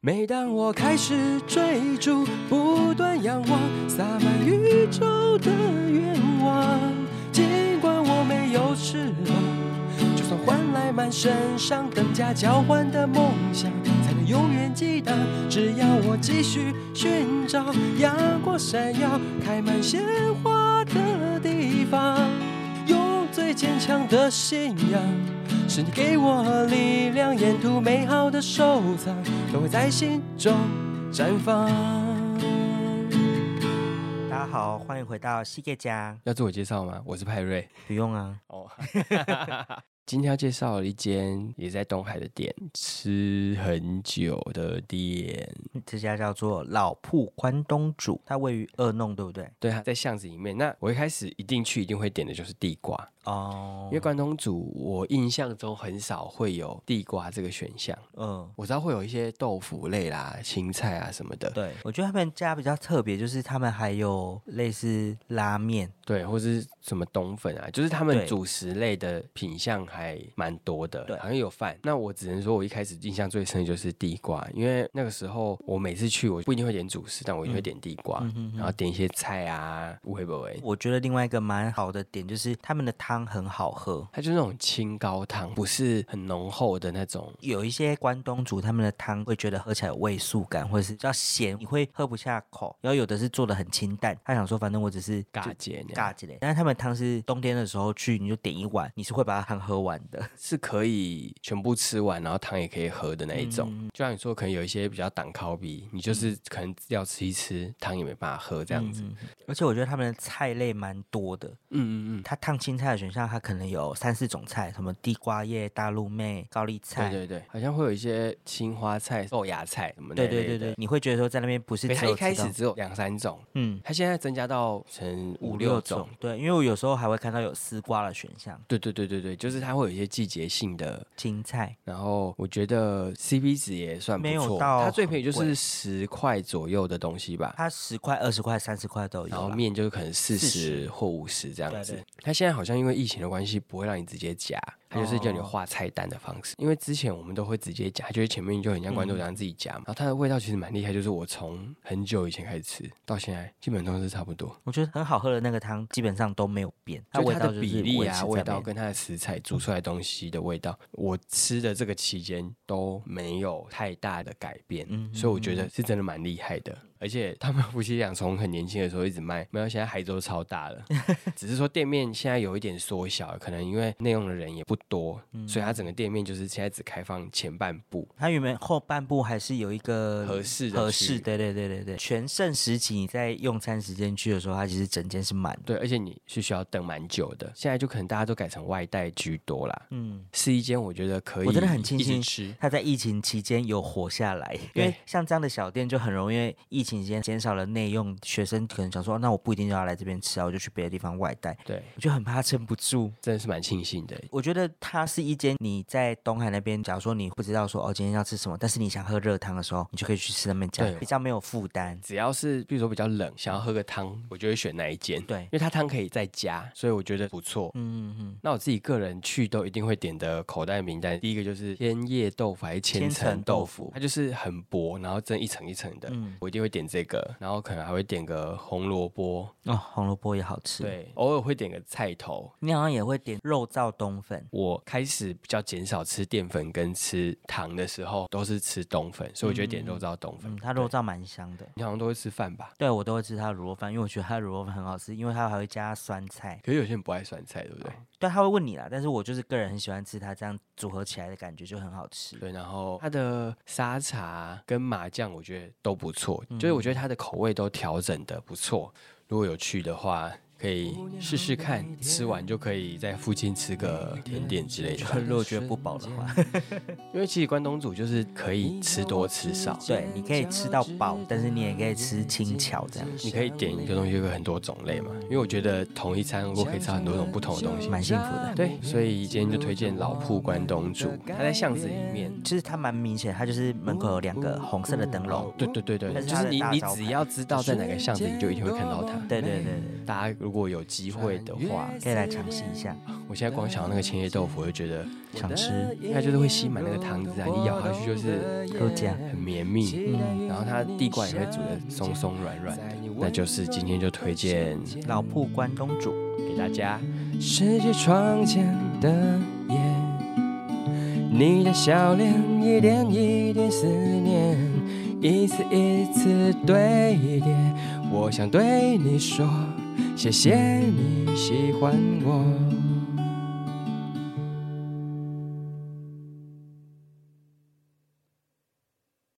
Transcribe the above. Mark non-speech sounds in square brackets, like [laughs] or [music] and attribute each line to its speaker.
Speaker 1: 每当我开始追逐，不断仰望，洒满宇宙的愿望。尽管我没有翅膀，就算换来满身上等价交换的梦想，才能永远激荡。只要我继续寻找，阳光闪耀，开满鲜花的地方，用最坚强的信仰。是你给我力量，沿途美好的收藏都会在心中绽放。
Speaker 2: 大家好，欢迎回到西界家。
Speaker 1: 要自我介绍吗？我是派瑞。
Speaker 2: 不用啊，
Speaker 1: 哦，今天要介绍了一间也在东海的店，吃很久的店。
Speaker 2: 这家叫做老铺关东煮，它位于二弄，对不对？
Speaker 1: 对，它在巷子里面。那我一开始一定去一定会点的就是地瓜，
Speaker 2: 哦
Speaker 1: 因为关东煮我印象中很少会有地瓜这个选项。
Speaker 2: 嗯，
Speaker 1: 我知道会有一些豆腐类啦、青菜啊什么的，
Speaker 2: 对，我觉得他们家比较特别，就是他们还有类似拉面，
Speaker 1: 对，或是什么冬粉啊，就是他们
Speaker 2: 对
Speaker 1: 主食类的品相还蛮多的，
Speaker 2: 对
Speaker 1: 好像有饭。那我只能说，我一开始印象最深的就是地瓜，因为那个时候我每次去，我不一定会点主食，但我一定会点地瓜，
Speaker 2: 嗯哼哼
Speaker 1: 然后点一些菜啊，会不会？
Speaker 2: 我觉得另外一个蛮好的点就是他们的汤很好喝，
Speaker 1: 它就是那种清高汤，不是很浓厚的那种。
Speaker 2: 有一些关东煮他们的汤会觉得喝起来有味素感，或者是比较咸，你会喝不下口。然后有的是做的很清淡，他想说反正我只是
Speaker 1: 嘎
Speaker 2: 就
Speaker 1: 姐那样
Speaker 2: 尬起来，但是他们汤是冬天的时候去你就点一碗，你是会把它汤喝完
Speaker 1: [laughs]
Speaker 2: 的。
Speaker 1: 是可以全部吃完，然后汤也可以喝的那一
Speaker 2: 嗯
Speaker 1: 种。就像你说，可能有一些比较挡靠比，你就是可能要吃一吃，汤也没办法喝这样子。
Speaker 2: 嗯而且我觉得他们的菜类蛮多的，
Speaker 1: 嗯嗯嗯
Speaker 2: 它烫青菜的选项它可能有三四种菜，什么地瓜叶、大陆妹、高丽菜。
Speaker 1: 对对对，好像会有一些青花菜、豆芽菜什么那
Speaker 2: 对
Speaker 1: 一类的。
Speaker 2: 对对对你会觉得说在那边不是
Speaker 1: 对，
Speaker 2: 只
Speaker 1: 它
Speaker 2: 有
Speaker 1: 一开
Speaker 2: 吃到
Speaker 1: 始只有两三种，
Speaker 2: 嗯
Speaker 1: 它现在增加到成五
Speaker 2: 五
Speaker 1: 六
Speaker 2: 六
Speaker 1: 种
Speaker 2: 种。，对，因为我有时候还会看到有丝瓜的选项，
Speaker 1: 对对对对对，就是它会有一些季节性的。
Speaker 2: 青菜。
Speaker 1: 然后我觉得 CP 值也算不
Speaker 2: 没有
Speaker 1: 错，
Speaker 2: 到
Speaker 1: 它最便宜就
Speaker 2: 很
Speaker 1: 是十
Speaker 2: 贵
Speaker 1: 块左右的东西吧。
Speaker 2: 它十块、二十块、三十块都
Speaker 1: 然后
Speaker 2: 有啦。
Speaker 1: 面就是可能四十
Speaker 2: 40
Speaker 1: 或五十这样
Speaker 2: 对
Speaker 1: 子
Speaker 2: 对。
Speaker 1: 它现在好像因为疫情的关系，不会让你直接夹，它就是叫你
Speaker 2: 哦
Speaker 1: 画菜单的方式。因为之前我们都会直接夹，就是前面就很像
Speaker 2: 嗯
Speaker 1: 关东煮，自己夹嘛。然后它的味道其实蛮厉害，就是我从很久以前开始吃到现在，基本都是差不多。
Speaker 2: 我觉得很好喝的那个汤基本上都没有变，
Speaker 1: 就
Speaker 2: 味
Speaker 1: 它
Speaker 2: 道
Speaker 1: 的
Speaker 2: 就是
Speaker 1: 比例
Speaker 2: 维
Speaker 1: 啊，
Speaker 2: 持
Speaker 1: 味
Speaker 2: 在
Speaker 1: 道
Speaker 2: 那边
Speaker 1: 跟它的食材煮出来的东西的味道，我吃的这个期间都没有太大的改变，
Speaker 2: 嗯
Speaker 1: 所以我觉得是真的蛮厉害的。而且他们夫妻俩从很年轻的时候一直卖，没有现在海州超大
Speaker 2: [laughs]
Speaker 1: 了，只是说店面现在有一点缩小，可能因为内用的人也不多，
Speaker 2: 嗯
Speaker 1: 所以它整个店面就是现在只开放前半部，
Speaker 2: 它原本后半部还是有一个
Speaker 1: 合适的
Speaker 2: 合
Speaker 1: 区域
Speaker 2: 适，对对对对对。全盛时期你在用餐时间去的时候，它其实整间是满的。
Speaker 1: 对，而且你是需要等蛮久的。现在就可能大家都改成外带居多啦。
Speaker 2: 嗯，
Speaker 1: 是一间我觉得可以，
Speaker 2: 我真的很庆幸
Speaker 1: 吃。
Speaker 2: 它在疫情期间有活下来，因
Speaker 1: 对
Speaker 2: 为像这样的小店就很容易，因为疫情期间减少了内用，学生可能想说，那我不一定要来这边吃啊，我就去别的地方外带，
Speaker 1: 对，
Speaker 2: 我就很怕撑不住。
Speaker 1: 真的是蛮庆幸的。
Speaker 2: 我觉得它是一间你在东海那边，假如说你不知道说哦今天要吃什么，但是你想喝热汤的时候，你就可以去吃那边家
Speaker 1: 对，
Speaker 2: 比较没有负担。
Speaker 1: 只要是比如说比较冷，想要喝个汤，我就会选那一间，
Speaker 2: 对
Speaker 1: 因，为它汤可以再加，所以我觉得不错。
Speaker 2: 嗯嗯嗯，
Speaker 1: 那我自己个人去都一定会点的口袋名单，第一个就是千叶豆腐还是千层豆腐，它就是很薄，然后蒸一层一层的，
Speaker 2: 嗯
Speaker 1: 我一定会点这个，然后可能还会点个红萝卜，
Speaker 2: 哦，红萝卜也好吃。，
Speaker 1: 对，偶尔会点个菜头。
Speaker 2: 你好像也会点肉燥冬粉。
Speaker 1: 我开始比较减少吃淀粉跟吃糖的时候，都是吃冬粉，所以我就会点肉燥冬粉。
Speaker 2: 嗯，它肉燥蛮香的。
Speaker 1: 你好像都会吃饭吧？
Speaker 2: 对，我都会吃它的卤肉饭，因为我觉得它的卤肉饭很好吃，因为它还会加酸菜。
Speaker 1: 可是有些人不爱酸菜，对不对？
Speaker 2: 对，他会问你啦，但是我就是个人很喜欢吃它这样组合起来的感觉就很好吃。
Speaker 1: 对，然后它的沙茶跟麻酱，我觉得都不错，就是
Speaker 2: 嗯
Speaker 1: 我觉得它的口味都调整的不错。如果有去的话，可以试试看，吃完就可以在附近吃个甜点之类的吧。
Speaker 2: [laughs] 如果觉得不饱的话，
Speaker 1: [laughs] 因为其实关东煮就是可以吃多吃少，
Speaker 2: [laughs] 对，你可以吃到饱，但是你也可以吃轻巧这样，
Speaker 1: 你可以点一个东西有很多种类嘛。因为我觉得同一餐我可以吃到很多种不同的东西。
Speaker 2: 蛮幸福的。
Speaker 1: 对，所以今天就推荐老铺关东煮，它在巷子里面。
Speaker 2: 其实它蛮明显，它就是门口有两个红色的灯笼。
Speaker 1: 对对对对，
Speaker 2: 但是
Speaker 1: 就
Speaker 2: 它
Speaker 1: 是
Speaker 2: 的
Speaker 1: 你
Speaker 2: 大
Speaker 1: 你
Speaker 2: 招
Speaker 1: 只
Speaker 2: 牌
Speaker 1: 要知道在哪个巷子，你就一定会看到它。
Speaker 2: 对对对对，
Speaker 1: 大家如果有机会的话，哎
Speaker 2: 可以来尝试一下。
Speaker 1: 我现在光想到那个千叶豆腐，我就觉得
Speaker 2: 想吃，
Speaker 1: 它就是会吸满那个汤汁啊，你咬下去就是
Speaker 2: 豆浆，
Speaker 1: 很绵密，
Speaker 2: 嗯
Speaker 1: 然后它地瓜也会煮的松松软软的。那就是今天就推荐
Speaker 2: 老铺关东煮。
Speaker 1: 给大家。
Speaker 3: 拾起窗前的夜，你的笑脸一点一滴思念，一次一次堆叠。我想对你说，谢谢你喜欢我。